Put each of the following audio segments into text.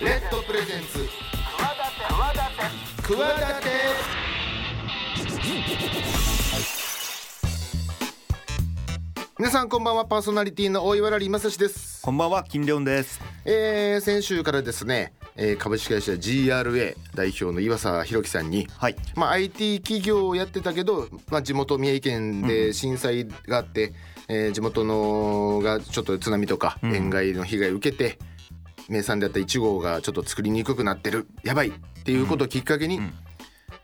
レッドプレゼンツ企て皆さんこんばんはパーソナリティの大岩良正史ですこんばんは、金ンです。えー、先週からですね、えー株式会社 GRA 代表の岩佐弘樹さんに、はい。まあ、IT 企業をやってたけど、まあ、地元三重県で震災があって、えー地元のがちょっと津波とかん塩害の被害を受けて、名産であった1号がちょっと作りにくくなってるやばいっていうことをきっかけに、ん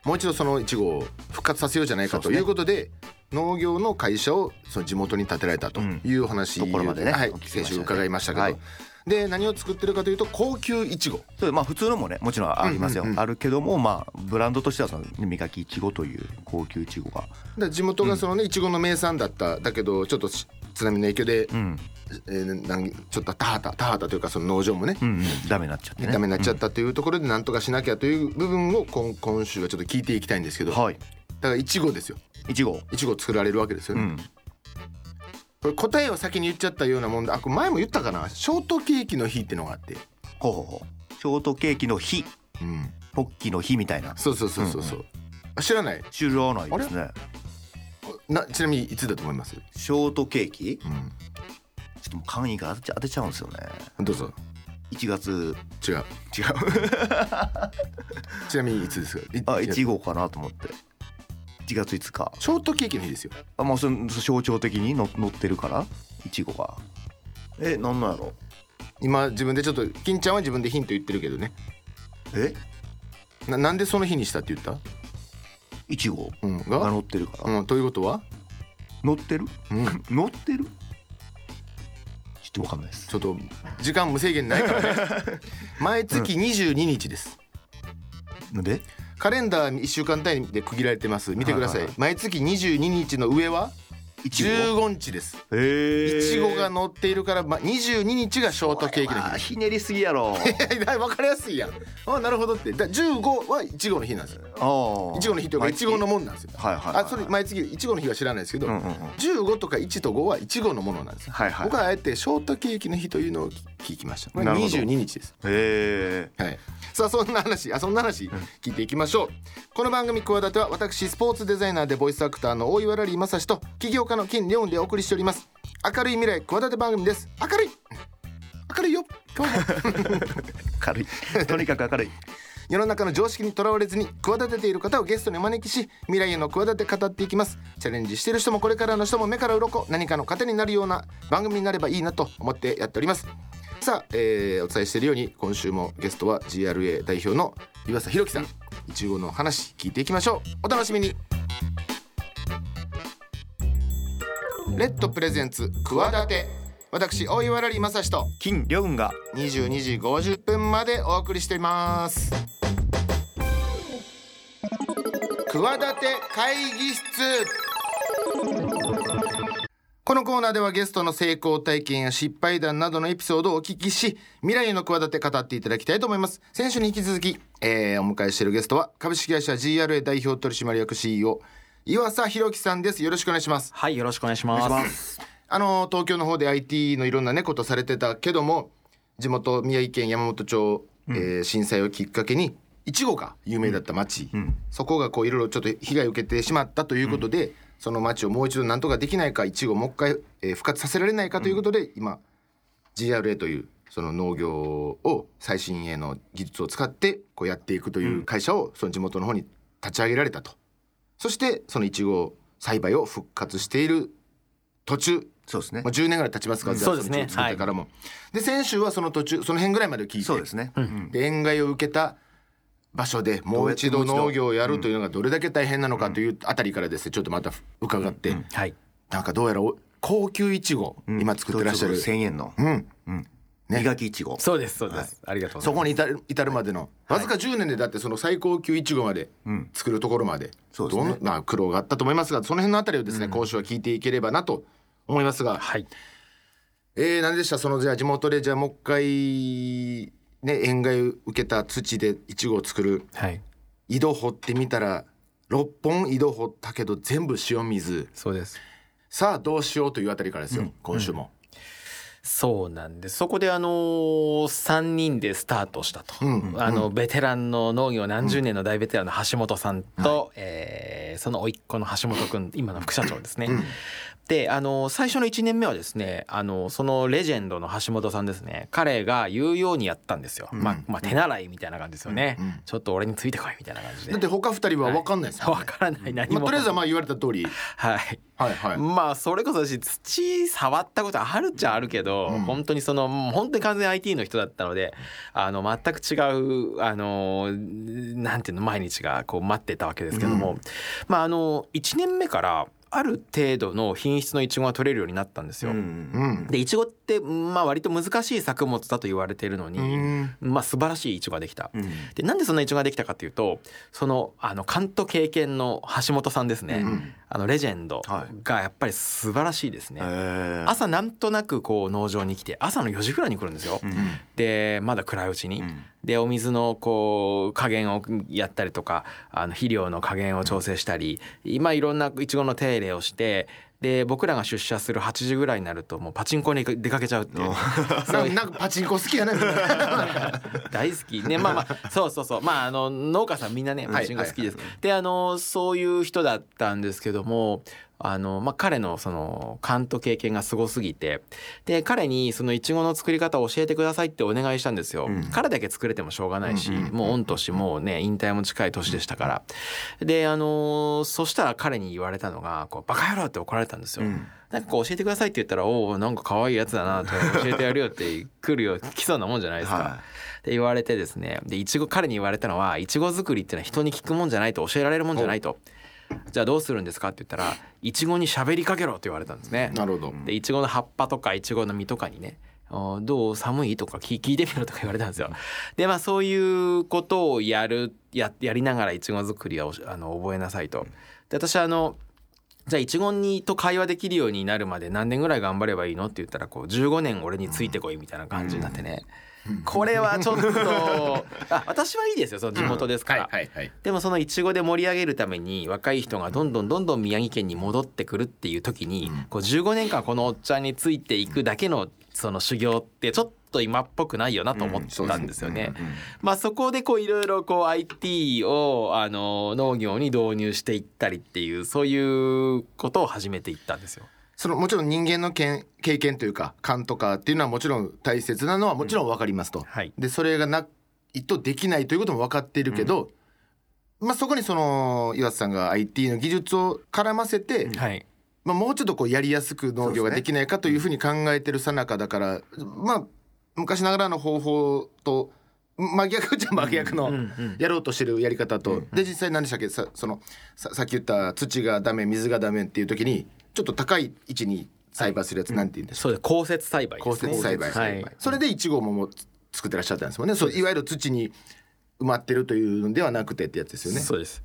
もう一度その1号を復活させようじゃないかそとうですいねうことで。農業の会社をその地元に建てられたというお話、うんところまでねはいお聞きしました先ね週伺いましたけど、はいで何を作ってるかというと高級いちごそうまあ普通のもねもちろんありますよ、うんうんうんあるけどもまあブランドとしてはその磨きいちごという高級いちごが、だから地元がそのねいちごの名産だっただけどちょっとし津波の影響で、うんえーなんちょっと田畑田畑というかその農場もね、うんうん、ダメになっちゃってねダメになっちゃったというところでなんとかしなきゃという部分を今今週はちょっと聞いていきたいんですけど、だはいからいちごですよいちごいちご作られるわけですようね、んこれ答えを先に言っちゃったようなもんであこれ前も言ったかなショートケーキの日っていうのがあって、ほうほうほうショートケーキの日うん、ポッキーの日みたいなそうそうそうそうそう、あ知らない知らないですねなちなみにいつだと思います、ショートケーキちょうっともう簡易が当てちゃ当てちゃうんですよねん、どうぞ1月違う違うちなみにいつですかあいちごごかなと思って1月5日ショートケーキの日ですよあまあその象徴的にの乗ってるからいちごがえなんなんやろ今自分でちょっと金ちゃんは自分でヒント言ってるけどねえななんでその日にしたって言った、いちごうん、がが、乗ってるから、うん、ということは、乗ってるうん、 乗ってるちょっとわかんないですちょっと時間無制限ないからね 毎月22日です、なんでカレンダー1週間単位で区切られてます見てください、はいはい毎月22日の上はいちご15日ですえーいちごが乗っているから、ま、22日がショートケーキのあ日ひねりすぎ やろ分かりやすいやんあなるほどってだ15はいちごの日なんですよあいちごの日というかいちごのもんなんですよはいはいはいはいあそれ毎月いちごの日は知らないですけど、うんうんうん15とか1と5はいちごのものなんですよはいはい僕はあえてショートケーキの日というのを聞聞きましたこれなるほど22日ですへえはいさあそんな話あそんな話聞いていきましょう、この番組「企て」は私スポーツデザイナーでボイスアクターの大岩良理正史と起業家の金レオンでお送りしております明るい未来企て番組です明るい明る いよ今日も 軽いとにかく明るい世の中の常識にとらわれずに企てている方をゲストにお招きし未来への企て語っていきますチャレンジしている人もこれからの人も目から鱗何かの糧になるような番組になればいいなと思ってやっておりますさあ、えーお伝えしているように今週もゲストは GRA 代表の岩佐弘樹さんいちごの話聞いていきましょうお楽しみにレッドプレゼンツ企て私大岩良理正史と金良雲が22時50分までお送りしています企て会議室このコーナーではゲストの成功体験や失敗談などのエピソードをお聞きし未来への企て語っていただきたいと思います先週に引き続き、えーお迎えしているゲストは株式会社 GRA 代表取締役 CEO 岩佐弘樹さんですよろしくお願いしますはい、よろしくお願いします。あの東京の方で IT のいろんなねことされてたけども地元宮城県山本町、えー震災をきっかけにいちごが有名だった町、そこがこういろいろちょっと被害を受けてしまったということで、その町をもう一度なんとかできないかいちごをもう一回、えー復活させられないかということで、今 GRA というその農業を最新鋭の技術を使ってこうやっていくという会社をその地元の方に立ち上げられたと。そしてそのいちご栽培を復活している途中そうですねまあ、10年ぐらい経ちますから、そうですねザワつぶつぶってからも、で先週はその途中その辺ぐらいまで聞いてそうですね、うんで塩害を受けた場所でもう一ど度うやってもう一度農業をやるというのがどれだけ大変なのかというあたりからですねちょっとまた伺って、はい。なんかどうやらお高級いちご今作ってらっしゃる、 1000円の、うん、ね磨きいちごそうです、そうです。ありがとうござそいまこに至る至るまでの、わずか10年でだってその最高級いちごまで作るところまで、そうですねどんな苦労があったと思いますがその辺のあたりをですね、講師は聞いていければなと思いますが、す。はい。えー、何でしたそのじゃあ地元でじゃあもう一回ね塩害を受けた土でいちごを作るはい。井戸掘ってみたら6本井戸掘ったけど全部塩水そうです。さあどうしようというあたりからですよ、今週も、そうなんですそこであのー、3人でスタートしたと、うんあのベテランの農業何十年の大ベテランの橋本さんと、えーその甥っ子の橋本くん今の副社長ですね。であのー最初の1年目はですねあのーそのレジェンドの橋本さんですね彼が言うようにやったんですよ、まあ、まあ手習いみたいな感じですよね、うんうんちょっと俺についてこいみたいな感じでだって他二人は分かんないですもん わねからない何まあも、とりあえずはまあ言われた通りはいはいはいまあそれこそ私土触ったことあるっちゃあるけど、うん本当にそのもう本当に完全に IT の人だったのであの全く違うあのなんていうの毎日がこう待ってたわけですけども、まああの1年目からある程度の品質のイチゴが取れるようになったんですよ。んうんでイチゴってまあ割と難しい作物だと言われているのに、うんまあ素晴らしいイチゴができた。うんでなんでそんなイチゴができたかというとそのあの勘と経験の橋本さんですね、うんあのレジェンドはいがやっぱり素晴らしいですね。え朝なんとなくこう農場に来て朝の4時ぐらいに来るんですよ。でまだ暗いうちに、でお水のこう加減をやったりとかあの肥料の加減を調整したり今いろんなイチゴの手入れをしてで僕らが出社する8時ぐらいになるともうパチンコに出かけちゃうっていうね、そうないなんかパチンコ好きや ねみんな大好きねまあまあそうそうそうまああの農家さんみんなねはいパチンコ好きです、であのそういう人だったんですけどもあの、まあ、彼のその勘と経験がすごすぎてで彼にそのいちごの作り方を教えてくださいってお願いしたんですよ、うん彼だけ作れてもしょうがないし、うんうんうんもう御年もうね引退も近い年でしたから、であのそしたら彼に言われたのがこう「バカ野郎!」って怒られたんですよ、なんかこう教えてくださいって言ったら「おおんか可愛いやつだな」と教えてやるよって来るよ来そうなもんじゃないですか。はで言われてですねでいちご彼に言われたのはいちご作りってのは人に聞くもんじゃないと教えられるもんじゃないとじゃあどうするんですかって言ったらいちごに喋りかけろって言われたんですね。なるほどでいちごの葉っぱとかいちごの実とかにねあーどう寒いとか聞聞いてみろとか言われたんですよ。でまあそういうことをやるややりながらいちご作りをあの覚えなさいと。で私あのじゃあいちごにと会話できるようになるまで何年ぐらい頑張ればいいのって言ったらこう15年俺についてこいみたいな感じになってね、これはちょっとあ私はいいですよその地元ですから、はいはいでもそのいちごで盛り上げるために若い人がどんどんどんどん宮城県に戻ってくるっていう時にこう15年間このおっちゃんについていくだけのその修行ってちょっと今っぽくないよなと思ったんですよね。まあそこでこういろいろこう IT をあの農業に導入していったりっていうそういうことを始めていったんですよ。そのもちろん人間のけん経験というか勘とかっていうのはもちろん大切なのはもちろん分かりますと、はいでそれがないとできないということも分かっているけど、まあ、そこにその岩瀬さんが IT の技術を絡ませて、はい、まあ、もうちょっとこうやりやすく農業ができないかというふうに考えてる最中だから、まあ昔ながらの方法と真逆じゃ真逆の。やろうとしてるやり方と、で実際何でしたっけさそのささっき言った土がダメ水がダメっていう時にちょっと高い位置に栽培するやつ、なんて言うんでしょそうです降雪栽培うです、ね、降雪栽培、はい、それでイチゴももう作ってらっしゃったんですもんねそういわゆる土に埋まってるというのではなくてってやつですよね。そうです。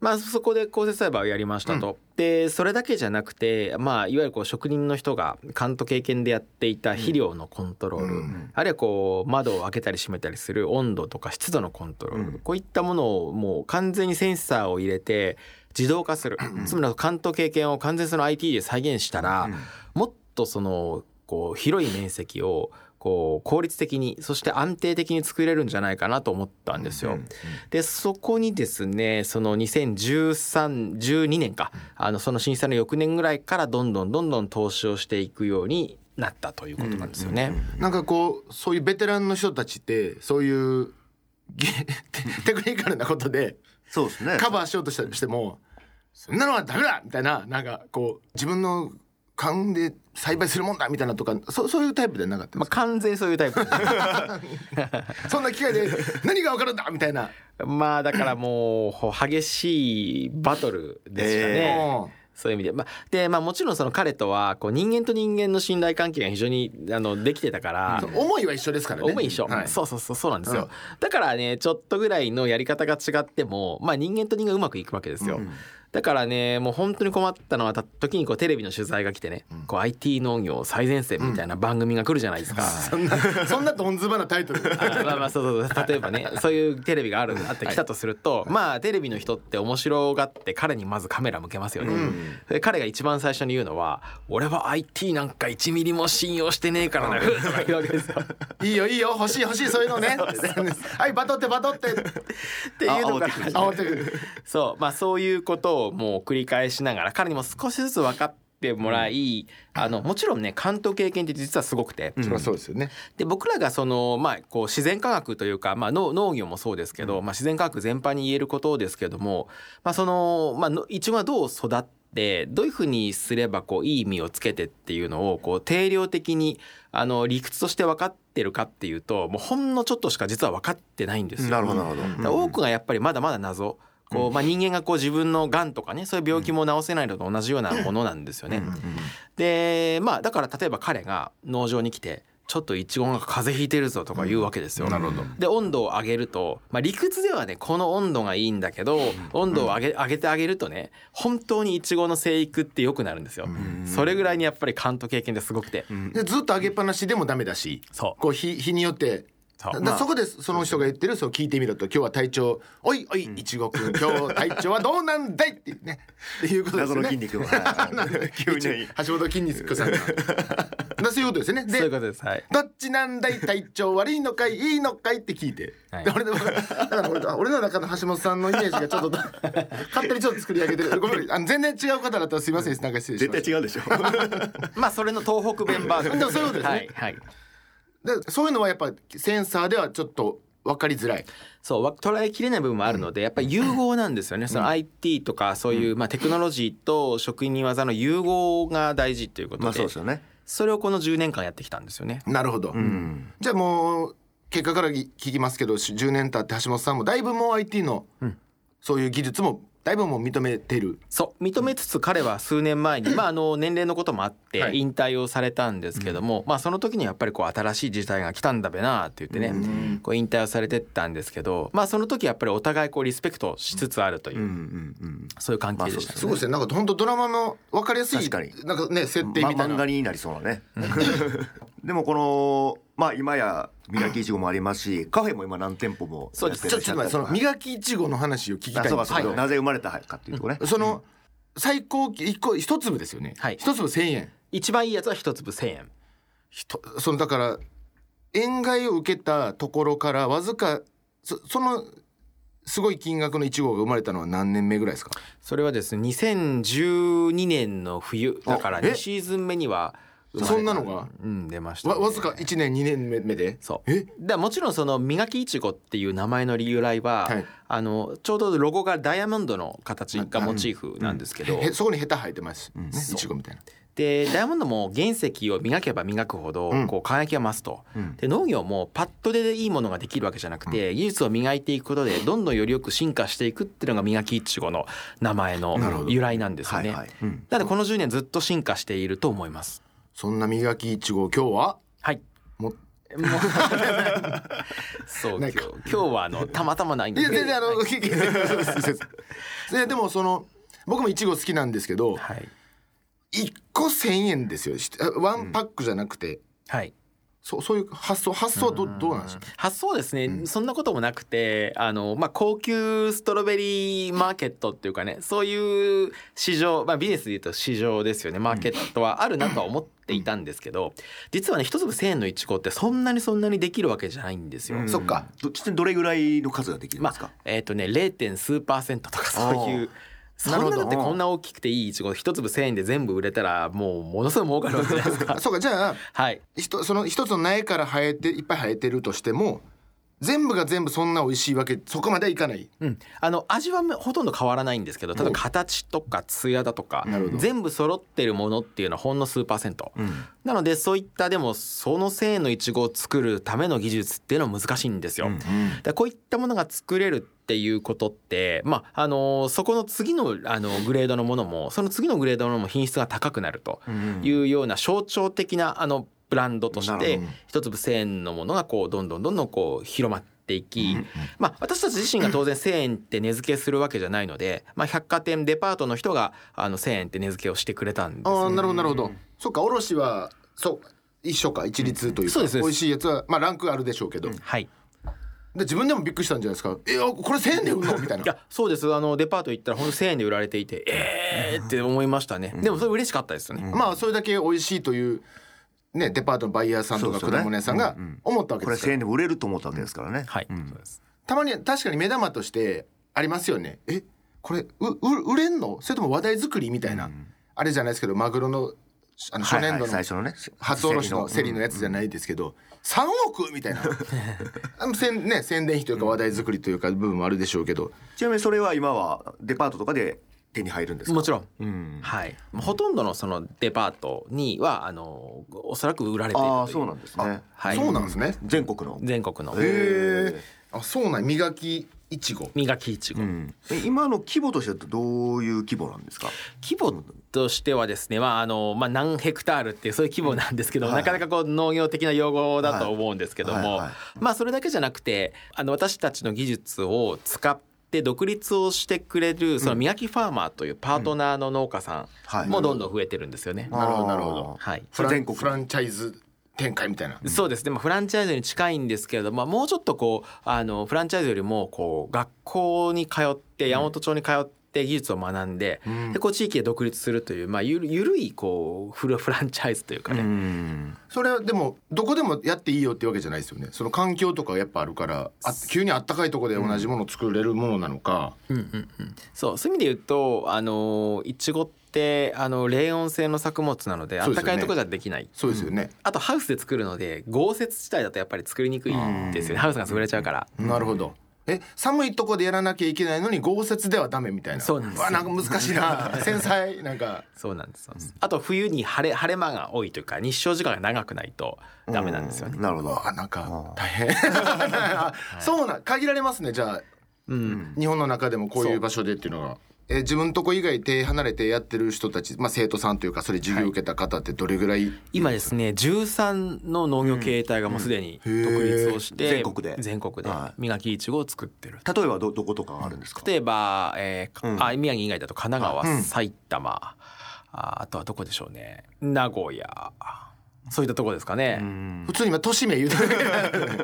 まあそこで構成栽培をやりましたと。でそれだけじゃなくて、まあいわゆるこう職人の人が勘と経験でやっていた肥料のコントロール、あるいはこう窓を開けたり閉めたりする温度とか湿度のコントロール、こういったものをもう完全にセンサーを入れて自動化する。つまり勘と経験を完全にその IT で再現したら、もっとそのこう広い面積をこう効率的にそして安定的に作れるんじゃないかなと思ったんですよ。でそこにですねその201312年かあのその震災の翌年ぐらいからどんどんどんどん投資をしていくようになったということなんですよね。なんかこうそういうベテランの人たちってそういうげ テクニカルなことでそうですねカバーしようとしたしてもそんなのはダメだみたいななんかこう自分の勘で栽培するもんだみたいなとかそそういうタイプではなかったんまであ、完全にそういう タイプですすかそんな機会 で何が分かるんだみたいな。まあだからもうほ激しいバトルでしたね、うんそういう意味で、まあ、でまあもちろんその彼とはこう人間と人間の信頼関係が非常にあのできてたから、そう思いは一緒ですからね。思い一緒、はいそうそうそうそうなんですよ、うんだからねちょっとぐらいのやり方が違ってもまあ人間と人間がうまくいくわけですよ、だからねもう本当に困ったのはた時にこうテレビの取材が来てね、こう IT 農業最前線みたいな番組が来るじゃないですか。そんな そんなどんずばなタイトルあまあまあそうそうそう例えばねそういうテレビがあるあって来たとすると、まあテレビの人って面白がって彼にまずカメラ向けますよね、で彼が一番最初に言うのは「俺は IT なんか1ミリも信用してねえからな」とか言うわけですよ。 っいいよいいよ欲しい欲しいそういうのねはいバトってバトってていうのがあ煽ってくるあおってくるそうまあそういうことをもう繰り返しながら彼にも少しずつ分かってもらい、あのもちろんね関東経験って実はすごくて、そりゃそうですよねで僕らがその、まあ、こう自然科学というか、まあ、農農業もそうですけど、まあ、自然科学全般に言えることですけども、まあ、その、まあの、イチゴがどう育ってどういうふうにすればこういい意味をつけてっていうのをこう定量的にあの理屈として分かってるかっていうともうほんのちょっとしか実は分かってないんですよ。なるほどなるだほからど多くがやっぱりまだまだ謎。こうまあ、人間がこう自分のがんとかねそういう病気も治せないのと同じようなものなんですよね。でまあだから例えば彼が農場に来てちょっとイチゴが風邪ひいてるぞとか言うわけですよ。なるほどで温度を上げると、まあ、理屈ではねこの温度がいいんだけど温度を上げ上げてあげるとね本当にイチゴの生育って良くなるんですよ。それぐらいにやっぱり感と経験ですごくて。でずっと上げっぱなしでもダメだしそうこう日日によってそうだまあそこでその人が言ってるそう聞いてみろと今日は体調おいおいいちごくん今日体調はどうなんだいっていう ねっていうことです謎よ のね筋肉はい 急 に橋本筋肉さん がだそういうことですよねそういでうことです。はい。どっちなんだい体調悪いのかいいいのかいって聞いて、はいで俺でもだから俺俺の中の橋本さんのイメージがちょっと 勝手にちょっと作り上げてるごめんあの全然違う方だったらすいませんなんか失礼し絶ました対違うでしょまあそれの東北弁バージョン。でもそういうことですねはいはい。でそういうのはやっぱセンサーではちょっと分かりづらいそうわ捉えきれない部分もあるので、やっぱり融合なんですよね、その IT とかそういう、まあ、テクノロジーと職人技の融合が大事っていうことで,、まあそうですよねそれをこの10年間やってきたんですよね。なるほど、うんじゃあもう結果から聞きますけどし10年経って橋本さんもだいぶもう IT のそういう技術もだいぶもう認めてるそう認めつつ彼は数年前に、まあ、あの年齢のこともあっはてい引退をされたんですけども、まあ、その時にやっぱりこう新しい時代が来たんだべなって言ってね、こう引退をされてったんですけど、まあ、その時やっぱりお互いこうリスペクトしつつあるという、うんうんうんそういう関係でした、すごいですねなんか本当ドラマの分かりやすい確かになんかね設定まみたい漫な、画になりそう なねでもこのまあ今や磨きいちごもありますしカフェも今何店舗もそうですちょちょっと待ってその磨きいちごの話を聞きたあいんそでうかすそうけかどなぜ生まれたかっていうとこねその最高級一個一粒ですよね、はい一粒千円一番いいやつは一粒1,000円ひとそのだから円買いを受けたところからわずかそそのすごい金額の1号が生まれたのは何年目ぐらいですかそれはですね2012年の冬だからあえ2シーズン目には生まれたそんなのがうん出ましたね、わわずか1年2年目目でそうえだからもちろんその「磨きいちご」っていう名前の由来は、はいあのちょうどロゴがダイヤモンドの形がモチーフなんですけど、へそこにヘタ生えてます、ね、そいちごみたいなでダイヤモンドも原石を磨けば磨くほどうんこう輝きが増すと、うんで農業もパッとでいいものができるわけじゃなくて、技術を磨いていくことでどんどんよりよく進化していくっていうのが磨きいちごの名前のなるほど由来なんですよね。はいうんなのでこの10年ずっと進化していると思います。そんな磨きいちご今日ははい。ももう そう今ない日か今日はあのたまたまないいんでやすけ全ど然あの、いやででもその僕もいちご好きなんですけどはい1個1,000円ですよしあワンパックじゃなくて、はいそうそういう発想発想はどどうなんですか発想ですね、そんなこともなくてあの、まあ、高級ストロベリーマーケットっていうかねそういう市場、まあ、ビジネスでいうと市場ですよねマーケットはあるなとは思っていたんですけど実はね一粒1,000円のいちごってそんなにそんなにできるわけじゃないんですよ。うんそっかどちなみにどれぐらいの数ができるんでますかあ、えっ、とね 0. 数パーセントとかそういう。そんなだってこんな大きくていいイチゴ一粒1,000円で全部売れたらもうものすごい儲かるわけじゃないですか あ。そうかじゃあはいひとその一つの苗から生えていっぱい生えてるとしても全部が全部そんな美味しいわけそこまではいかないうん、あの味はほとんど変わらないんですけどただ形とか艶だとかなるほど全部揃ってるものっていうのはほんの数パーセント、んなのでそういったでもその1,000円のいちごを作るための技術っていうのは難しいんですよ。うんだからこういったものが作れるっていうことって、まああのそこの次のあのグレードのものもその次のグレードのものも品質が高くなるというような象徴的なあのブランドとしなるて一粒1,000円のものがこうどんどんどんどんこう広まって。っていき、まあ、私たち自身が当然1,000円って値付けするわけじゃないので、まあ、百貨店デパートの人があの1,000円って値付けをしてくれたんですああなるほどなるほどそっか卸はそう一緒か一律というか、そうですそうです美味しいやつはまあランクあるでしょうけど、ではい自分でもびっくりしたんじゃないですか「えあこれ1,000円で売るの?」みたいいなやそうですあのデパート行ったらほんと1,000円で売られていてえーって思いましたねでもそれ嬉しかったですよね、まあそれだけ美味しいというねデパートのバイヤーさんとかそ果うですよね物屋さんがうんうん思ったわけこでれすから1000円で売れると思ったわけですからね、はい、うんそうですたまに確かに目玉としてありますよねえこれうう売れんのそれとも話題作りみたいな、あれじゃないですけどマグロのあの初年はいは度いの最初のね初卸のセリのやつじゃないですけど、3億みたい なあの宣ね、宣伝費というか話題作りというか部分もあるでしょうけどちなみにそれは今はデパートとかで手に入るんですかもちろんうんはい、ほとんどのそのデパートにはあのおそらく売られているああというそうなんですねはい、そうなんですね全国の全国のへえあそうなん磨きいちご磨きいちご、うんえ今の規模としてはどういう規模なんですか規模としてはですね、まああのまあ、何ヘクタールっていうそういう規模なんですけど、はいなかなかこう農業的な用語だと思うんですけども、はいはいまあ、それだけじゃなくてあの私たちの技術を使って独立をしてくれるその磨きファーマーというパートナーの農家さはいんもどんどん増えてるんですよね。なるほどなるほどあーはいフラン全国フランチャイズ展開みたいなそうですね、まあ、フランチャイズに近いんですけれども、まあもうちょっとこうあのフランチャイズよりもこう学校に通って山本町に通って技術を学んで,、でこう地域で独立するという、まあ、ゆるゆるいこうフルフランチャイズというかね、うんそれはでもどこでもやっていいよっていうわけじゃないですよねその環境とかやっぱあるからあ急にあったかいとこで同じもの作れるものなのか、そうそういう意味で言うとあのいちごってあの冷温性の作物なのでそう暖ですよねかいところじゃできない。そうですよね、あとハウスで作るので豪雪地帯だとやっぱり作りにくいですよねハウスが潰れちゃうからなるほどえ寒いとこでやらなきゃいけないのに豪雪ではダメみたいなそうなんですよわなんか難しい な繊細なんかそうなんですそうなんですあと冬に晴れ晴れ間が多いというか日照時間が長くないとダメなんですよねなるほどあなんか大 変あそうなん限られますねじゃあうん日本の中でもこういう場所でっていうのがえ自分とこ以外手離れてやってる人たち、まあ、生徒さんというかそれ授業受けた方ってどれぐらい、今ですね13の農業経営体がもうすでに独立をして、へー全国で全国では磨きいちごを作ってる例えばどどことかあるんですか例えば、えーうんあ宮城以外だと神奈川、うん埼玉ああとはどこでしょうね名古屋そういったとこですかね、普通に今都市名言うてる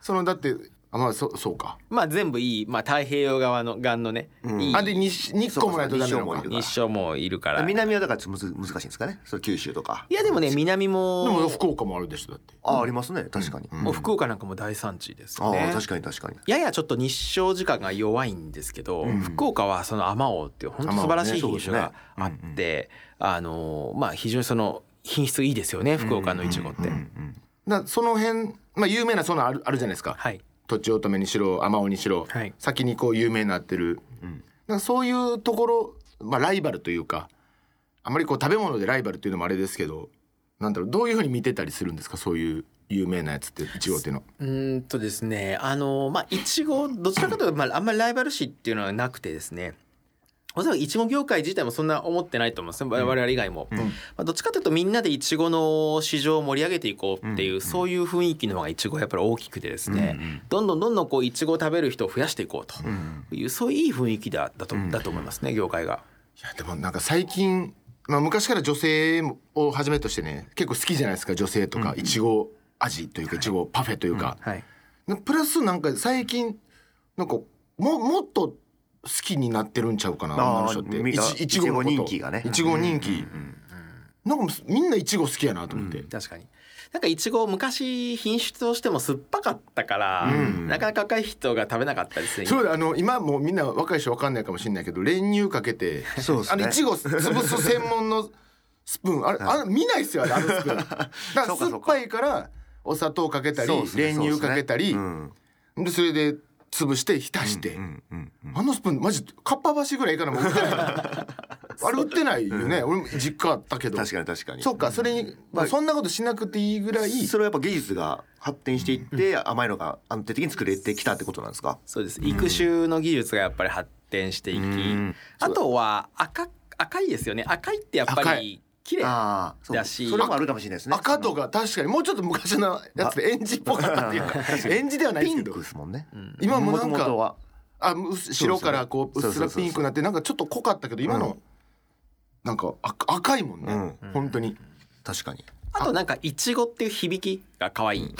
そのだってあまあそそうかまあ全部いい、まあ、太平洋側の岸のね、いいあで日日光もないとダメなのかそうかそうか日光もいる日照もいるからい南はだからちょっとむず難しいんですかねそれ九州とかやでもね南もでも福岡もあるでしょだってあありますね確かに、もう福岡なんかも大産地ですよあねあ確かに確かにややちょっと日照時間が弱いんですけど、福岡はその天王っていう本当素晴らしい品種があって、あのまあ非常にその品質いいですよね福岡のいちごって、だその辺、まあ、有名なそのあるあるじゃないですか、はいとちおとめにしろあまおにしろ、はい先にこう有名になってる、だからそういうところ、まあ、ライバルというかあまりこう食べ物でライバルっていうのもあれですけどなんだろうどういうふうに見てたりするんですかそういう有名なやつっていちごっていうの。うーんとですねあのまあいちごどちらかというと、まあ、あんまりライバル視っていうのはなくてですねおそらくいちご業界自体もそんな思ってないと思うんですね我々以外も、まあ、どっちかというとみんなでいちごの市場を盛り上げていこうっていう、そういう雰囲気の方がいちごはやっぱり大きくてですね、どんどんどんどんこういちごを食べる人を増やしていこうという、そういういい雰囲気だだとだと思いますね業界が。いやでもなんか最近、まあ、昔から女性をはじめとしてね結構好きじゃないですか女性とかいちご味というかいちごパフェというか、はい、なプラスなんか最近なんかももっと好きになってるんちゃうかなあー女の人って見いたちいちごのこといちご人気がねいちご人気、なんかもうみんないちご好きやなと思って、確かになんかいちご昔品種としても酸っぱかったから、なかなか若い人が食べなかったりするそうだあの今もうみんな若い人わかんないかもしれないけど練乳かけてそうですねあのいちご潰す専門のスプーンあれあれ見ないっすよあれあのスプーンだから そうかそ酸うかっぱいからお砂糖かけたり、そうですね練乳かけたりうで,、んそれで潰して浸して、うんうんうんあのスプーンマジかっぱ橋ぐらいからもう売っ てないあれ売ってないよね、俺も実家あったけど確かに確かにそうかそれに、まあ、そんなことしなくていいぐらいそれはやっぱ技術が発展していって甘いのが安定的に作れてきたってことなんですかそうです育種の技術がやっぱり発展していき、あとは赤赤いですよね赤いってやっぱり綺麗ああ、そうだしそれもあるかもしれないですね。赤とか確かにもうちょっと昔のやつで演じっぽかったっていう か演じではないですピけンどクですもんね。今もなん元々かはあうす白からこううっすらピンクになってなんかちょっと濃かったけど今のなんか赤赤いもんねう本当に確かに。あとなんかいちごっていう響きが可愛 い。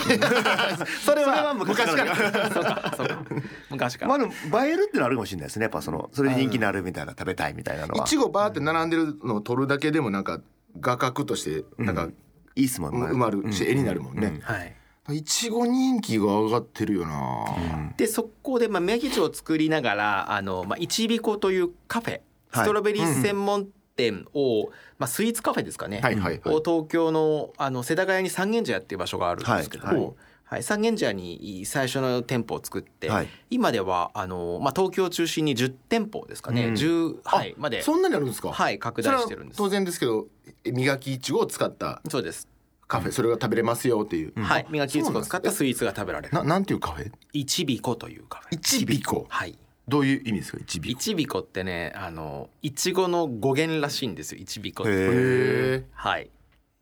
それそれは昔からそうかそうか昔かまらあ。でも映えるってのあるかもしれないですね。やっぱそのそれで人気になるみたいな食べたいみたいなのいは。ちごバーって並んでるのを取るだけでもなんか画角としてなんかいいっすもんね。埋まるし絵になるもんねはい。いちご人気が上がってるよな、でそこでまあ宮城町を作りながらあのまあいちびこというカフェ、はいストロベリー専門店を、まあスイーツカフェですかね。はいはいはいを東京のあの世田谷に三軒茶屋っていう場所があるんですけど。ははいいはい三軒茶屋に最初の店舗を作って、はい今ではあの、まあ、東京を中心に10店舗ですかね、うん10、はい、まで、そんなにあるんですか、はい、拡それ大はしてるんです当然ですけど磨きいちごを使ったそうです、カフェそれが食べれますよっていう、はい磨き水を使ったそうなんですスイーツが食べられるななんていうカフェいちびこというカフェいちびこはいどういう意味ですかいちびいこ ちびこってねあのいちごの語源らしいんですよいちびこってへへえはい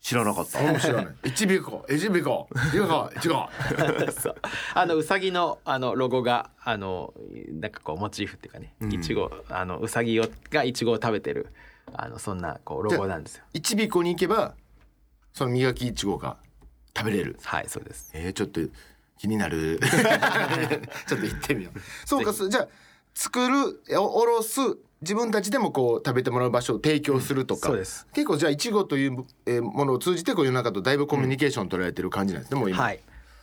知らなかった。面白いねいちびこいちびこいちびこいちごそうあのうさぎのあのロゴがあのなんかこうモチーフっていうかねいちごあのうさぎをがいちごを食べてるあのそんなこうロゴなんですよいちびこに行けばその磨きいちごが食べれるはいそうですえー、ちょっと気にな るちょっと行ってみようそうかそうじゃあ作るおおろす自分たちでもこう食べてもらう場所を提供するとか、うんそうです結構じゃあいちごという、えーものを通じてこう世の中とだいぶコミュニケーション取られてる感じなんですね、もう今、はい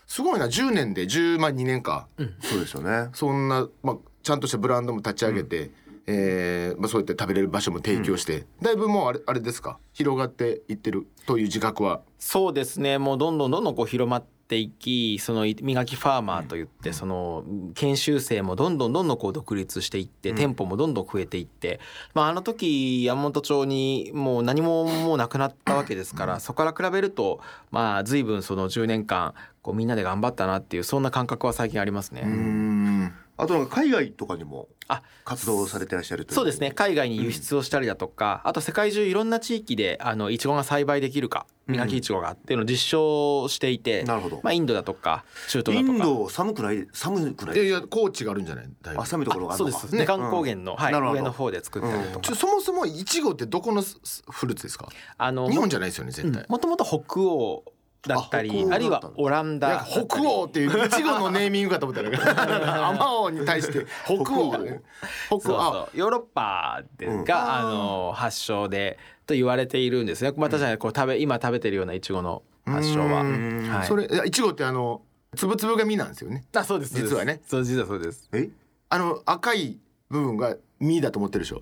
すごいな10年で10万2年か、そうですよね。そんな、まあ、ちゃんとしたブランドも立ち上げて、えーまあ、そうやって食べれる場所も提供して、だいぶもうあれあれですか広がっていってるという自覚はそうですねもうどんどんどんどんこう広まっていきそのい磨きファーマーといってその研修生もどんどんどんどんこう独立していって店舗もどんどん増えていってまああの時山本町にもう何ももうなくなったわけですからそこから比べるとまあ随分その10年間こうみんなで頑張ったなっていうそんな感覚は最近ありますね。うんあとなんか海外とかにもあ活動されてらっしゃるという。そうですね。海外に輸出をしたりだとか、あと世界中いろんな地域であのいちごが栽培できるか磨きいちごがっていうのを実証していて、なるほどまあ、インドだとか中東イだとかンド寒くない寒くないいやいや高知があるんじゃないだいぶあ寒いところがあそるうのでかすね、関高原の、はい、なるほど上の方で作ったりとか、ちょそもそもいちごってどこのすすフルーツですかあの日本じゃないですよね絶対、もともと北欧だったあ北り欧だあったんだるいはオランなんダか北欧っていういちごのネーミングかと思った らアマオに対して北欧北北欧欧そうあそうヨーロッパでうんが、あーあの発祥でと言われているんですねまあ確かにこう食べ今食べてるようなイチゴの発祥は、うんはい、それいやいちごってあのつぶつぶが実なんですよねあそうですそうです実はねそう実はそうですえあの赤い部分が実だと思ってるでしょ、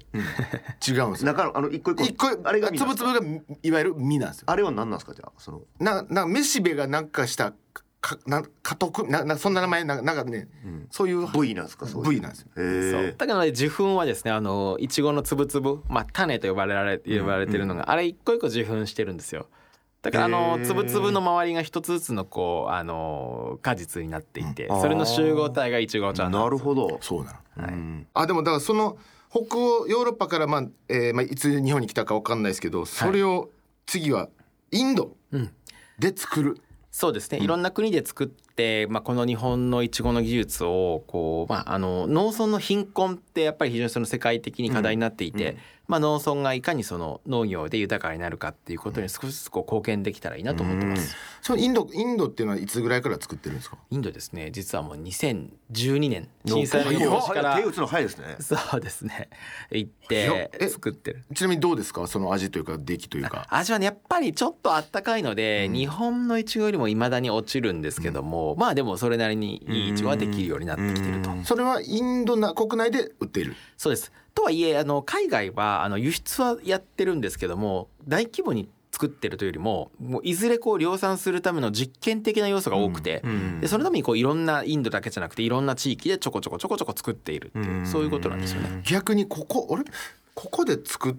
違うんですよ中のあの一個一個一個あれが実つなんぶですつぶかがいわゆる実なんですよあれは何なんですかじゃあそのななめしべがなんかしたかな家督ななそんな名前ななんかね、そういう部位なんですかそういう部位なんですよそうへえだからね受粉はですねあのいちごの粒々、まあ、種と呼ばれられ呼ばれてるのが、あれ一個一個受粉してるんですよだからあのへー粒々の周りが一つずつのこうあの果実になっていて、うんそれの集合体がいちごちゃんなるほどそうなのうんあでもだからその北欧ヨーロッパから、まあえーまあ、いつ日本に来たかわかんないですけどそれを次はインドうんで作る、そうですね、いろんな国で作って、まあ、この日本のいちごの技術をこう、まあ、あの農村の貧困ってやっぱり非常にその世界的に課題になっていて、まあ、農村がいかにその農業で豊かになるかっていうことに少しずつこう貢献できたらいいなと思ってます。そのインドインドっていうのはいつぐらいから作ってるんですかインドですね実はもう2012年震災のいや翌年か手ら打つの早いですねそうですね行っ早ってえ作ってるちなみにどうですかその味というか出来というか味はねやっぱりちょっとあったかいので、日本のいちごよりもいまだに落ちるんですけども、まあでもそれなりにいいいちごはできるようになってきてるとそれはインドな国内で売っているそうですとはいえあの海外はあの輸出はやってるんですけども大規模に作ってるというよりももういずれこう量産するための実験的な要素が多くて、でそのためにこういろんなインドだけじゃなくていろんな地域でちょこちょこちょこちょこ作っているっていう、そういうことなんですよね。逆にここあれここで作っ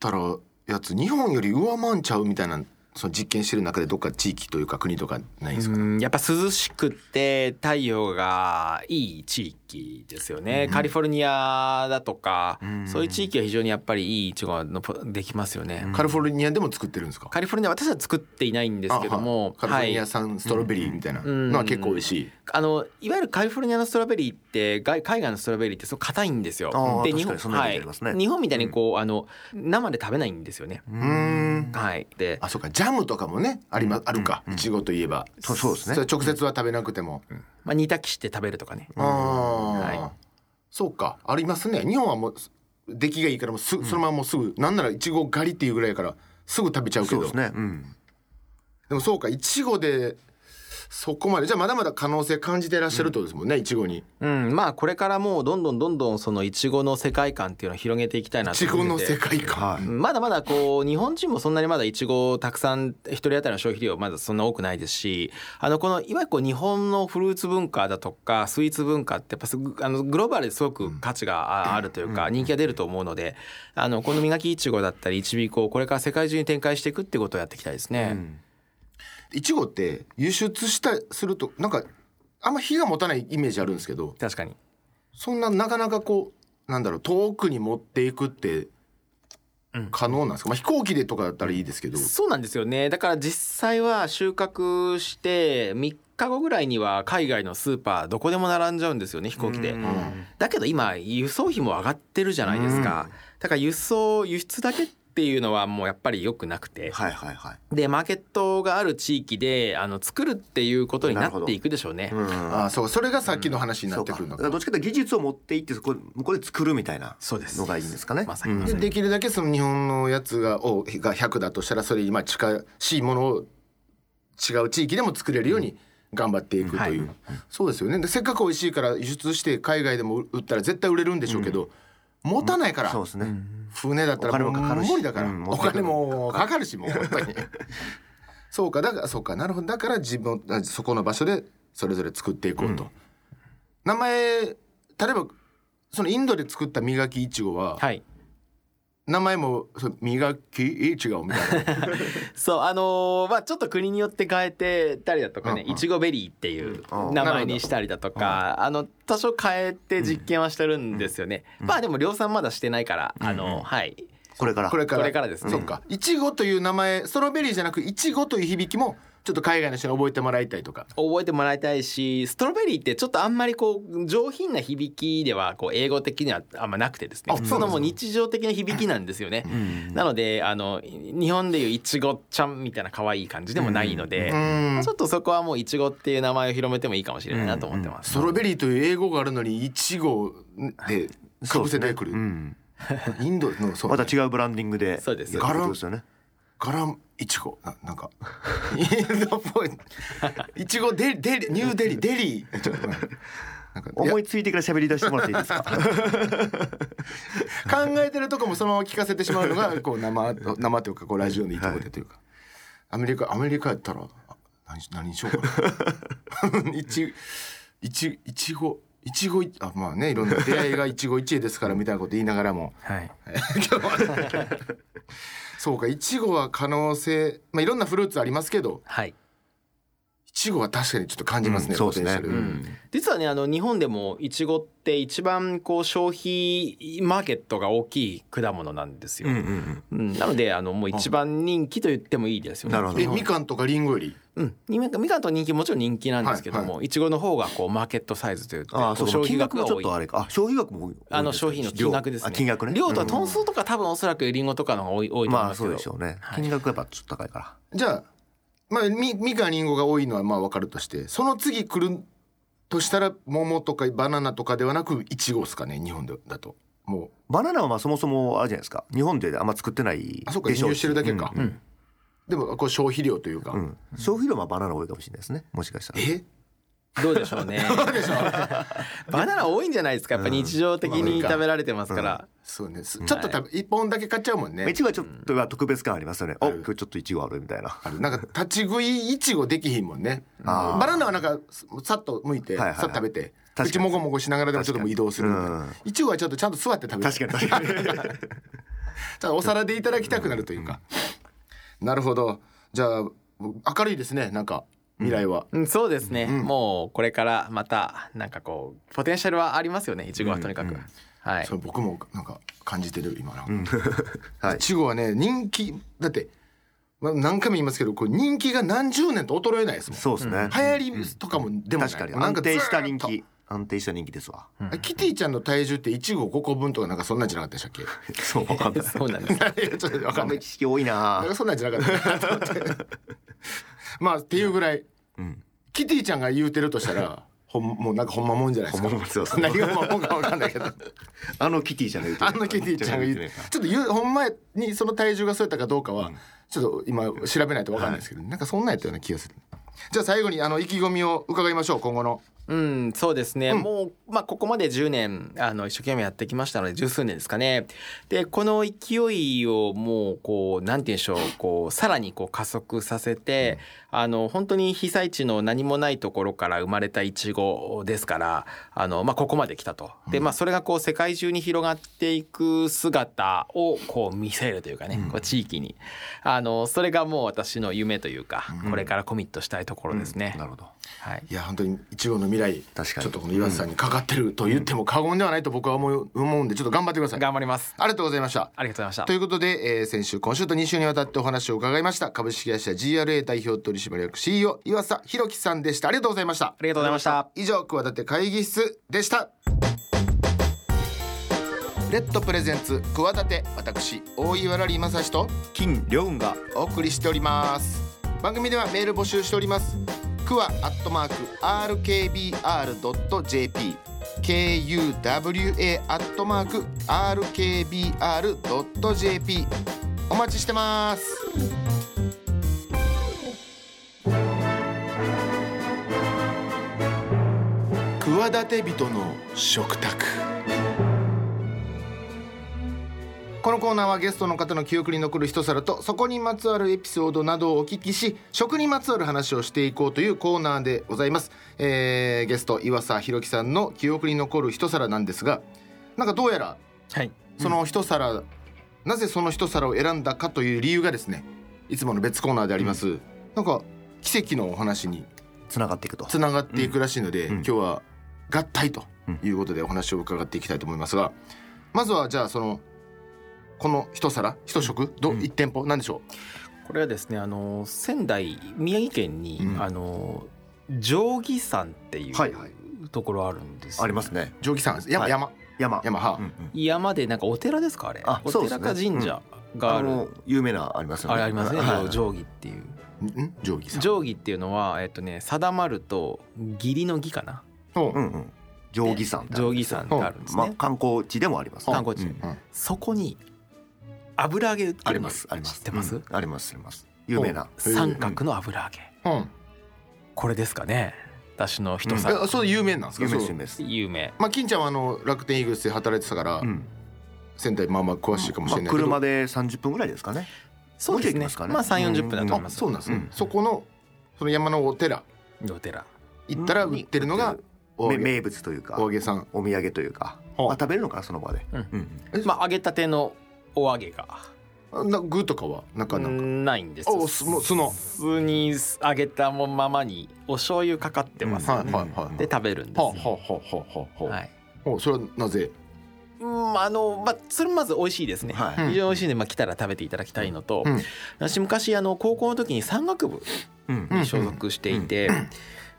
たらやつ日本より上回んちゃうみたいなその実験してる中でどっか地域というか国とかないんですか、うんやっぱ涼しくて太陽がいい地域ですよね、カリフォルニアだとか、そういう地域は非常にやっぱりいいいちごがのぽできますよね、カリフォルニアでも作ってるんですかカリフォルニア私は作っていないんですけどもあはいカリフォルニはアい産ストロベリーみたいなのは結構美味しい、あのいわゆるカリフォルニアのストロベリーって外海外のストロベリーってすごく硬いんですよ。あーで確日か本にそんなイメージはいありますね日本みたいにこうあの生で食べないんですよね。うんはい、であそうかジャムとかもねあり、まあるかいちごといえばそうそうですねれ直接は食べなくても、まあ、煮炊きして食べるとかね。ああ、はいそうかありますね日本はもう出来がいいからもうすぐそのままもうすぐ、なんならいちご狩りっていうぐらいやからすぐ食べちゃうけそうどですね。うん。でもそうかいちごでそこまでじゃあまだまだ可能性感じてらっしゃるってことですもんねいちごにうん、まあこれからもうどんどんどんどんそのいちごの世界観っていうのを広げていきたいないとち思ごってのて世界観、はい。まだまだこう日本人もそんなにまだいちごたくさん一人当たりの消費量まだそんな多くないですしあのこのいわゆるこう日本のフルーツ文化だとかスイーツ文化ってやっぱすぐあのグローバルですごく価値がああるというか人気が出ると思うのであのこの磨きいちごだったりいちびいこをこれから世界中に展開していくってことをやっていきたいですね。いちごって輸出したするとなんかあんま火が持たないイメージあるんですけど確かにそんななかなかこうなんだろう遠くに持っていくって可能なんですか、まあ、飛行機でとかだったらいいですけど、そうなんですよねだから実際は収穫して3日後ぐらいには海外のスーパーどこでも並んじゃうんですよね飛行機で。だけど今輸送費も上がってるじゃないですか。だから輸送輸出だけっていうのはもうやっぱり良くなくて、はいはいはい。でマーケットがある地域であの作るっていうことになっていくでしょうね。うん。ああそうそれがさっきの話になそっうてか。くるだのかからどっちかというと技術を持っていってそこ向こうで作るみたいなそうですのがいいんですかね。まさにうんでできるだけその日本のやつがをが100だとしたらそれにまあ近しいものを違う地域でも作れるように頑張っていくという、うんはそうですよねでせっかく美味しいから輸出して海外でも売ったら絶対売れるんでしょうけど、持たないから、そうですね。船だったらもうお金もかか無理るしだから、うん持おってくる金もかかるしもう本当に そうかだからそうかなるほどだから自分あそこの場所でそれぞれ作っていこうと、名前例えばそのインドで作った磨きいちごは、はい。名前もそう磨きいちごみたいなそうあのーまあちょっと国によって変えてたりだとかね、うんうんいちごベリーっていううん名前にしたりだとか、あの多少変えて実験はしてるんですよね。まあでも量産まだしてないから、あのはい。これから。これからこれからですねそうかいちごという名前ストロベリーじゃなくいちごという響きもちょっと海外の人に覚えてもらいたいとか覚えてもらいたいしストロベリーってちょっとあんまりこう上品な響きではこう英語的にはあんまなくてですねあ普通のもう日常的な響きなんですよね、なのであの日本でいういちごちゃんみたいな可愛い感じでもないので、うんちょっとそこはもういちごっていう名前を広めてもいいかもしれないなと思ってます、ストロベリーという英語があるのにいちごでかぶせてくる、うん。 インドのそうまた違うブランディングで。そうですやっていくことですよね。ガラムいちごななんか インドっぽいいちごデリデリニューデリデリー ちょっとなんかなんかいや思いついてから喋り出してもらっていいですか。考えてるとこもそのまま聞かせてしまうのが こう生生というかこうラジオのいいとこでというか、アメリカアメリカやったらあ何し何にしようかな いちいちいちごいちごいあまあねいろんな出会いがいちご一会ですからみたいなこと言いながらも はい、今日はそうかいちごは可能性まあいろんなフルーツありますけどはい、いちごは確かにちょっと感じますね、うんそうですねポテンシャルうん実はねあの日本でもいちごって一番こう消費マーケットが大きい果物なんですよ、うんうんうんなのであのもう一番人気と言ってもいいですよねなるほどえみかんとかりんごよりうん、みかんみかんと人気もちろん人気なんですけどはいも、いちごの方がこうマーケットサイズといううん。ああ、そうか。消費金額額ががちょ多っい。とあれか。あ、消費額も多い。あの商品の金額ですね。あ金額ね。量とはうんトン数とか多分おそらくリンゴとかの方が多い多いと思うんまであすけそうど。でしょうね。はい金額がやっぱちょっと高いから。じゃあ、まあ、みみかんりんごが多いのはまあ分かるとしてその次来るとしたら桃とかバナナとかではなくいちごですかね日本でだともうバナナはまあそもそもあれじゃないですか日本であんま作ってないあそうかで輸しょ入うしてるだけか、でもこう消費量というか、うん消費量はバナナ多いかもしれないですねもしかしたらえどうでしょう ね。 バナナ多いんじゃないですか。やっぱ日常的に食べられてますから。そうねすちょっと食べ一本だけ買っちゃうもんね、いちごはちょっとは特別感ありますよね、お今日ちょっといちごあるみた いなあるなんか立ち食いいちごできひんもんねあーバナナはなんかすさっと剥いて、はいはいはいさっと食べてかに口もごもごしながらでもちょっともう移動するみたいなうんいちごはちょっとちゃんと座って食べて確かに確かにじゃあお皿でいただきたくなるというか。なるほど。じゃあ明るいですね。なんか未来は、うん、そうですね、もうこれからまたなんかこうポテンシャルはありますよねいちごはとにかく、はいそれ僕もなんか感じてる今なんか、はい いちごはね人気だって、まあ、何回も言いますけどこれ人気が何十年と衰えないですもん そうですね。流行りとかもでもない、確かなにん安定しずたー人っと気。安定した人気ですわ。あキティちゃんの体重って1合5個分とかなんかそんなんじゃなかったでした そうわかんない。 そうなんですっけ いやちょっと分かんない豆知識多 いなんなか。そんなんじゃなかったなと思ってまあっていうぐらい、んキティちゃんが言うてるとしたらほんもうなんかほんまもんじゃないですかほんまもんそうそう何がほんまもんか分かんないけどあのキティじゃない。あのキティちゃんが言うちょっと言うほんまにその体重がそうやったかどうかは、ちょっと今調べないと分かんないですけど、なんかそんなんやったような気がするじゃあ最後にあの意気込みを伺いましょう今後のうん、そうですね、もう、まあ、ここまで10年あの一生懸命やってきましたので十数年ですかねでこの勢いをもうこうなんて言うんでしょうこうさらにこう加速させて、あの本当に被災地の何もないところから生まれたイチゴですからあの、まあ、ここまで来たとで、まあ、それがこう世界中に広がっていく姿をこう見せるというかね、こう地域にあのそれがもう私の夢というか、これからコミットしたいところですね。なるほど。はいいや本当にいちごの未来確かにちょっとこの岩瀬さんにかかってると言っても過言ではないと僕は思う思うんでちょっと頑張ってくださいあ頑張ります。りがとうございましたありがとうございまとしいうことで、えー先週今週と2週にわたってお話を伺いました株式会社 GRA 代表取締役 CEO 岩佐弘樹さんでしたありがとうございましたありがとうございました以上企て会議室でしたレッドプレゼンツ企て私大岩良理正史と金良雲がお送りしております番組ではメール募集しておりますくわアットマーク RKBR.jp KUWA アットマーク RKBR.jp お待ちしてます企て人の食卓このコーナーはゲストの方の記憶に残る一皿とそこにまつわるエピソードなどをお聞きし食にまつわる話をしていこうというコーナーでございます、えーゲスト岩佐弘樹さんの記憶に残る一皿なんですがなんかどうやらた。はい。その一皿、なぜその一皿を選んだかという理由がですねいつもの別コーナーであります、なんか奇跡のお話につながっていくと。つながっていくらしいので、うん今日は合体ということでお話を伺っていきたいと思いますが、まずはじゃあそのこの一皿一食ど、うん一店舗なんでしょこれはですね、あの仙台宮城県に、うんあの定義山っていう、はいはいところあるんですよ。ありますね。う定規山山、はい山山。山は、うんうん山でなんかお寺ですかあれ。あおそうです寺ねか神社があある。の有名なありますよあね。れありますね。はい定義っていう。ん定規山定義っていうのはえっとね定まると義理の義かな。ほううんうん。定規山ってある。定義山ってあるんですまあね。観光地でもあります。観光地うんうんそこに油揚げ売ってるのありますありま知す。ってます？うんありますあります。有名な。三角の油揚げ。うんこれですかね。私の一皿えそう有名なんですか有名ですそ有う名です。有名。まあ金ちゃんはあの楽天イーグルスで働いてたから、うん。仙台まあまあ詳しいかもしまれあないけど、車で三十分ぐらいですかね。そうですもね。うちょい行きますかねまあ三四十分だと思いまあす。そうなんですね、うんそこのその山のお寺お寺。行ったら売ってるのが大めげ名物というか大げさんお土産というか、ほうまあ、食べるのかなその場で、うんんまあ揚げたてのお揚げがあな具とかはなかなか、ないんですおすもうその普通に揚げたままにお醤油かかってますようね、んはいはいはいで食べるんですはあ、よはあはあはあはあはあ、はい。おそれはなぜうんあのまあそれもまず美味しいですね。はい非常に美味しいんでまあ来たら食べていただきたいのと、うん私昔あの高校の時に山岳部うんに所属していて、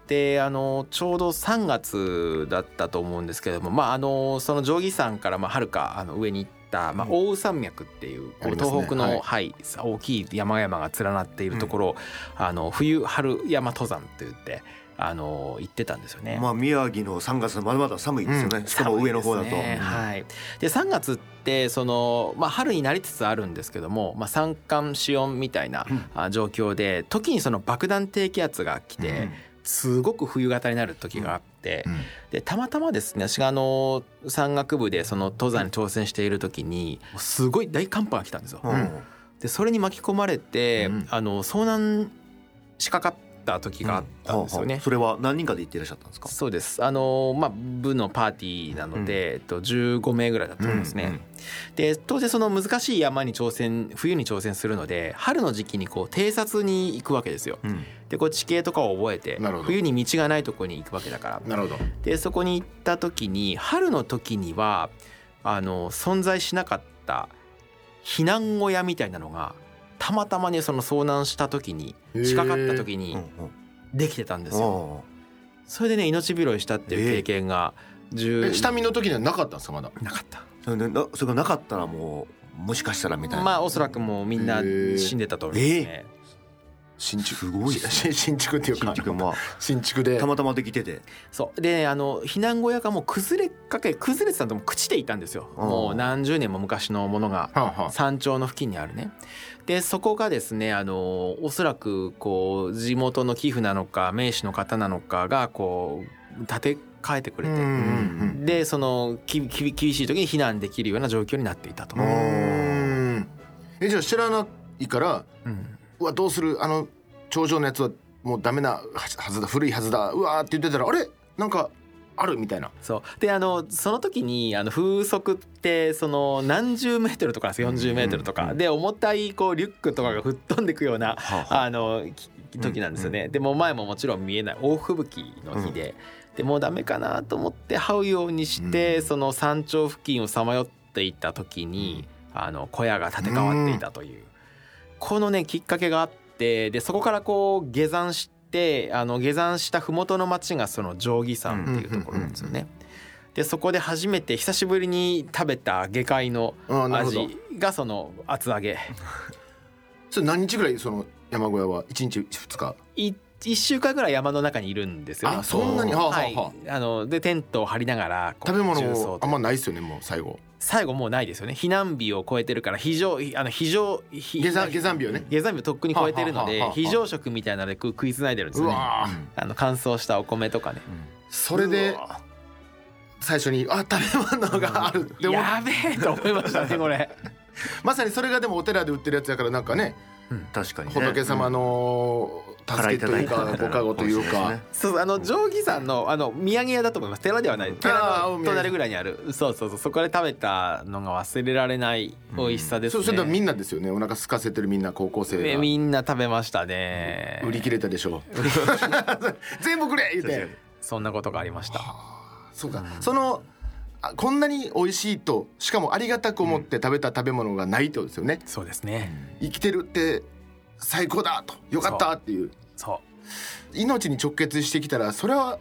であのちょうど3月だったと思うんですけども、まあ、あのその定義山からはるかあの上に行った、まあ、うん奥羽山脈っていう、こあうりますね東北はの、いはい大きい山々が連なっているところを、あの冬春山登山といってあの行ってたんですよね。まあ宮城の3月まだまだ寒いですよね、しかも上の方だと、寒いですねはい、で3月ってその、まあ、春になりつつあるんですけども、まあ、三寒四温みたいなうんあ状況で時にその爆弾低気圧が来て、うんすごく冬型になる時があって、でたまたまですね私があの山岳部でその登山に挑戦している時にすごい大寒波が来たんですよ。うんでそれに巻き込まれて、うんあの遭難しかかっった時があったんですよね。それは何人かで行っていらっしゃったんですか。そうですあのまあ部のパーティーなので、えっと、15名ぐらいだと思いますね、うんうんで当然その難しい山に挑戦冬に挑戦するので春の時期にこう偵察に行くわけですようんでこう地形とかを覚えてなるほど冬に道がないとこに行くわけだからなるほどでそこに行った時に春の時にはあの存在しなかった避難小屋みたいなのがたまたまねその遭難した時に近かった時うにんうんできてたんですよ。あそれでね命拾いしたっていう経験が10え下見の時にはなかったんですかまだなかった。あ。それでなそれがなかったらもうもしかしたらみたいな。まあおそらくもうみんなへー死んでたと思いますね。新築すごいっすねし新築っていう新か宿も新築でたまたまできてて。そうでねあの避難小屋がもう崩れかけ崩れてたのとも朽ちていたんですよ。うんもう何十年も昔のものがはあはあ山頂の付近にあるね。でそこがですねあのおそらくこう地元の寄付なのか名士の方なのかがこう建て替えてくれうて。んうんでそのきき厳しい時に避難できるような状況になっていたと、うーんえじゃあ知らないからうんうわどうするあの頂上のやつはもうダメなははずだ古いはずだうわーって言ってたらあれなんかあるみたいなそうであのその時にあの風速ってその何十メートルとかなんですよ40メートルとか、うんうんで重たいこうリュックとかが吹っ飛んでくようなはあはああのき時なんですよね、でもう前ももちろん見えない大吹雪の日で、でもうダメかなと思って這うようにして、その山頂付近をさまよっていった時に、あの小屋が建て替わっていたという、このねきっかけがあってでそこからこう下山してあの下山した麓の町がその定義山っていうところなんですよね。でそこで初めて久しぶりに食べた下界のあなるほど味がその厚揚げ。それ何日ぐらいその山小屋は1日2日い一週間ぐらい山の中にいるんですよね。あそんなにはあはあはいは。あのでテントを張りながらこう食べ物重装もとあんまないですよねもう最後最後もうないですよね。避難日を超えてるから非常あの非常非下山下山日をね下山日をとっくに超えてるのはあはあはあではあ非常食みたいなので食う食いつないでるんですうよね。わーあの乾燥したお米とかね。それでうわ最初にあ食べ物があるって思っやべえと思いましたねこれ。まさにそれがでもお寺で売ってるやつだからなんかね確かにね。仏様のの助けというかご加護というか。そうそうあの定規山のあの土産屋だと思います寺ではない寺の隣ぐらいにあるそうそうそうそこで食べたのが忘れられない美味しさですそね。うそれとみんなですよねお腹空かせてるみんな高校生えがみんな食べましたね売り切れたでしょう全部くれ言うてそんなことがありましたそうかそのあこんなに美味しいとしかもありがたく思って食べた食べ物がないってことですよねそうですね生きてるって最高だとよかったっていうそ命に直結してきたらそれは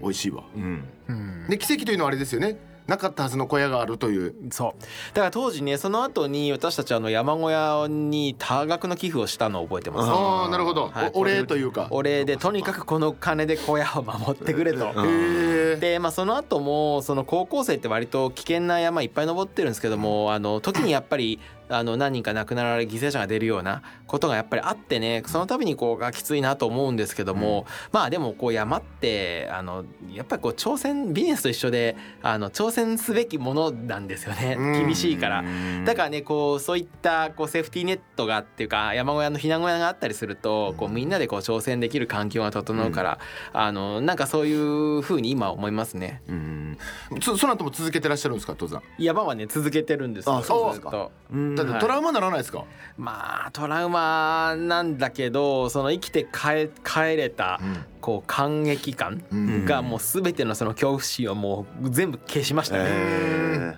美味しいわうん。う、うん、で奇跡というのはあれですよねなかったはずの小屋があるというそうだから当時ねその後に私たちあの山小屋に多額の寄付をしたのを覚えてますねああなるほど、はいおお礼というかお礼でとにかくこの金で小屋を守ってくれとうんへえでまあその後もその高校生って割と危険な山いっぱい登ってるんですけどもあの時にやっぱりあの何人か亡くなられ犠牲者が出るようなことがやっぱりあってねその度にこうあきついなと思うんですけども、まあでもこう山ってあのやっぱりこう挑戦ビジネスと一緒であの挑戦すべきものなんですよねうん厳しいから。だからねこうそういったこうセーフティーネットがっていうか山小屋の避難小屋があったりするとこうみんなでこう挑戦できる環境が整うから、あのなんかそういう風に今思いますねうん。そその後も続けてらっしゃるんですか登山山はね続けてるんですよあそうですかずっとうん。だっうんてトラウマにならないですか、まあトラウマなんだけどその生きて帰帰れたこう感激感うんがもう全てのその恐怖心をもう全部消しましたね、え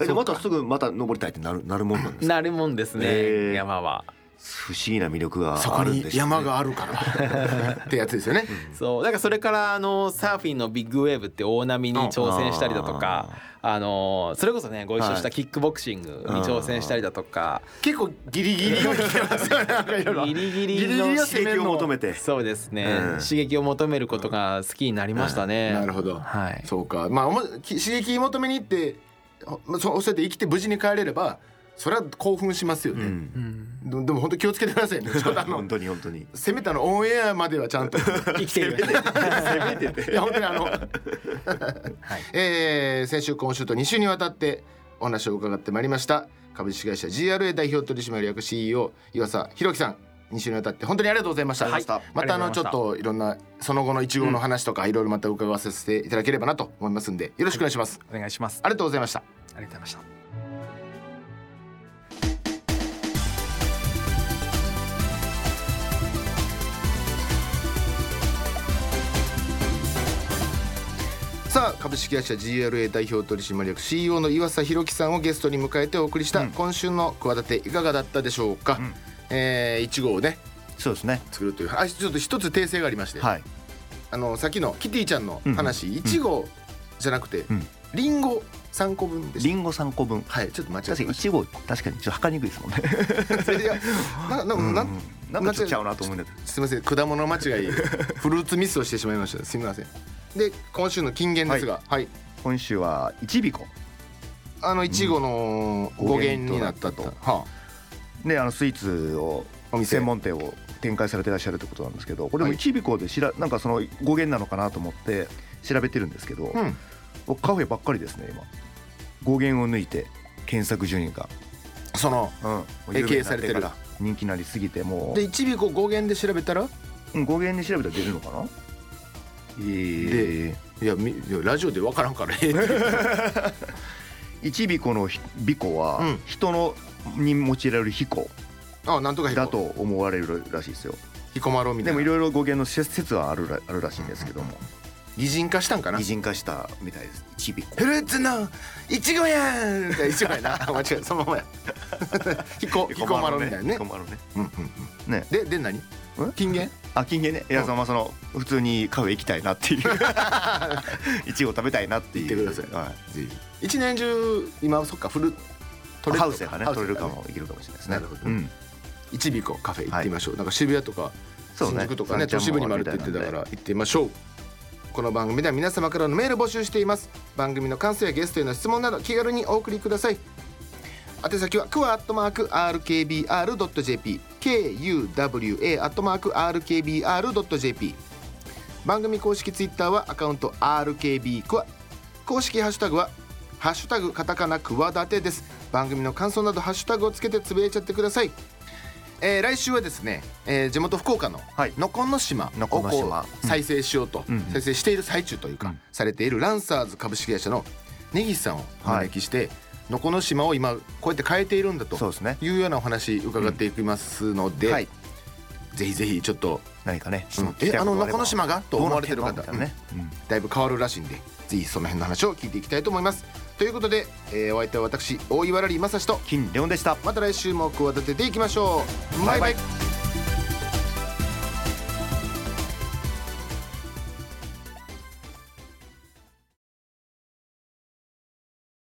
え。でまたすぐまた登りたいってなるなるもんなんですか。なるもんですね、へえ山は。不思議な魅力がそこあるんにです山があるから ってやつですよね、そうだからそれからあのサーフィンのビッグウェーブって大波に挑戦したりだとかあのそれこそねご一緒しはたキックボクシングに挑戦したりだとか結構ギリギリを生きてますよねなんかいろいろギリギギリギリリのの刺激を求めて。そうですねうん刺激を求めることが好きになりましたね。なるほど、はいそうかまあおもき刺激求めに行ってほまあそうそうやって生きて無事に帰れればそれは興奮しますようね、ん。ででも本当気をつけてくださいねちょっとあの 本当に本当に。せめてあのオンエアまではちゃんと生きて る。いや本当にあの、えー先週今週と2週にわたってお話を伺ってまいりました株式会社 GRA 代表取締役 CEO 岩佐弘樹さん2週にわたって本当にありがとうございました、はいまたああのりがちとょうごっとざいましたいろんなその後のいちごの話とかいろいろまた伺わせていただければなと思いますんでよろしくお願いします、お願いしますありがとうございましたありがとうございましたさあ株式会社 GRA 代表取締役 CEO の岩佐弘樹さんをゲストに迎えてお送りした今週の企ていかがだったでしょうか、んえーいちごをねそうですね作るというあちょっと一つ訂正がありまして、はいあのさっきのキティちゃんの話、いちごじゃなくて、んりん、リンゴ3個分でしリたンゴ3個分はいちょっと間違えて確かにまいしちご確かにちょっと測りにくいですもんね たいやななななんかちょっとちゃうなと思うんだけどすみません果物間違いフルーツミスをしてしまいましたすみませんで今週の金言ですがはい、今週は「いちびこあのいちごのうん語源になったと、語源は」ねあのスイーツをお店専門店を展開されてらっしゃるってことなんですけどこれもはいいちびこでしらなんかその語源なのかなと思って調べてるんですけど、あうん僕カフェばっかりですね今語源を抜いて検索順位が、そのうん、え有名になって経営されてかるら人気になりすぎてもで一尾こう語源で調べたらううん語源で調べたら出るのかなえいやみいやラジオで分からんからええいちびこのひびこはうん人のに用いられるひこ あなんとかひこだと思われるらしいですよひこまろうみたでいもないろいろ語源の説説はあるらあるらしいんですけども擬人化したんかな擬人化したみたいですいちびこフルーツのいちごやんいちご やな間違えたそのままや ひこひこまろみたいなねひこまろねうんうんうんねでで何金言あ金魚ねいやそのまあその普通にカフェ行きたい なっていういちご食べたいなっていう行ってくだはい一年中今そっかフル取れるとかハウスやからハねウスや取れるかねもいけるかもしれないですね。なるほどうん、一尾こカフェ行ってみましょう、なんか渋谷とかそう新ね宿とかね三都茶も市部にもあるって言ってたかみたらい行ってみましょうこの番組では皆様からのメール募集しています番組の感想やゲストへの質問など気軽にお送りください宛先はクワアットマーク RKBR.jp KUWA アットマーク RKBR.jp 番組公式ツイッターはアカウント RKB クワ公式ハッシュタグはハッシュタグカタカナクワダテです番組の感想などハッシュタグをつけてつぶやいちゃってくださいえー来週はですね、えー地元福岡のはいのこの島をのこの島こう再生しようと、うん再生している最中というか、うんされているランサーズ株式会社の根岸さんをお招きして、のこの島を今こうやって変えているんだとそうですねいうようなお話伺っていきますので、はいぜひぜひちょっと、何かね、うんえあののこの島がと思われてるどう方なってんのみたいなね、うんだいぶ変わるらしいんでぜひその辺の話を聞いていきたいと思います。ということで、えーお相手は私大岩良理正史と金レオンでした。また来週も企てていきましょう。バイバイバイバイ